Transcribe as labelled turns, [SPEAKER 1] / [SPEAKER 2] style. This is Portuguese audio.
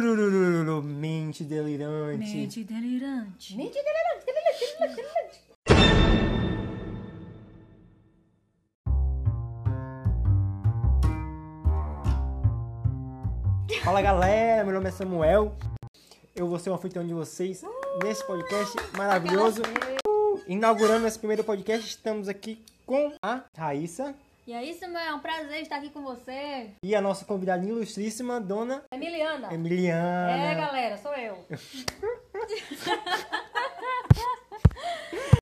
[SPEAKER 1] Turururururu, mente delirante.
[SPEAKER 2] Mente delirante.
[SPEAKER 3] Mente delirante, delirante, delirante, delirante.
[SPEAKER 1] Fala galera, meu nome é Samuel. Eu vou ser o anfitrião de vocês nesse podcast maravilhoso. Uh, Inaugurando esse primeiro podcast, estamos aqui com a Raíssa
[SPEAKER 3] E aí, Samuel, é um prazer estar aqui com você.
[SPEAKER 1] e a nossa convidada ilustríssima, Dona
[SPEAKER 3] Emiliana.
[SPEAKER 1] Emiliana.
[SPEAKER 3] É, galera, sou eu.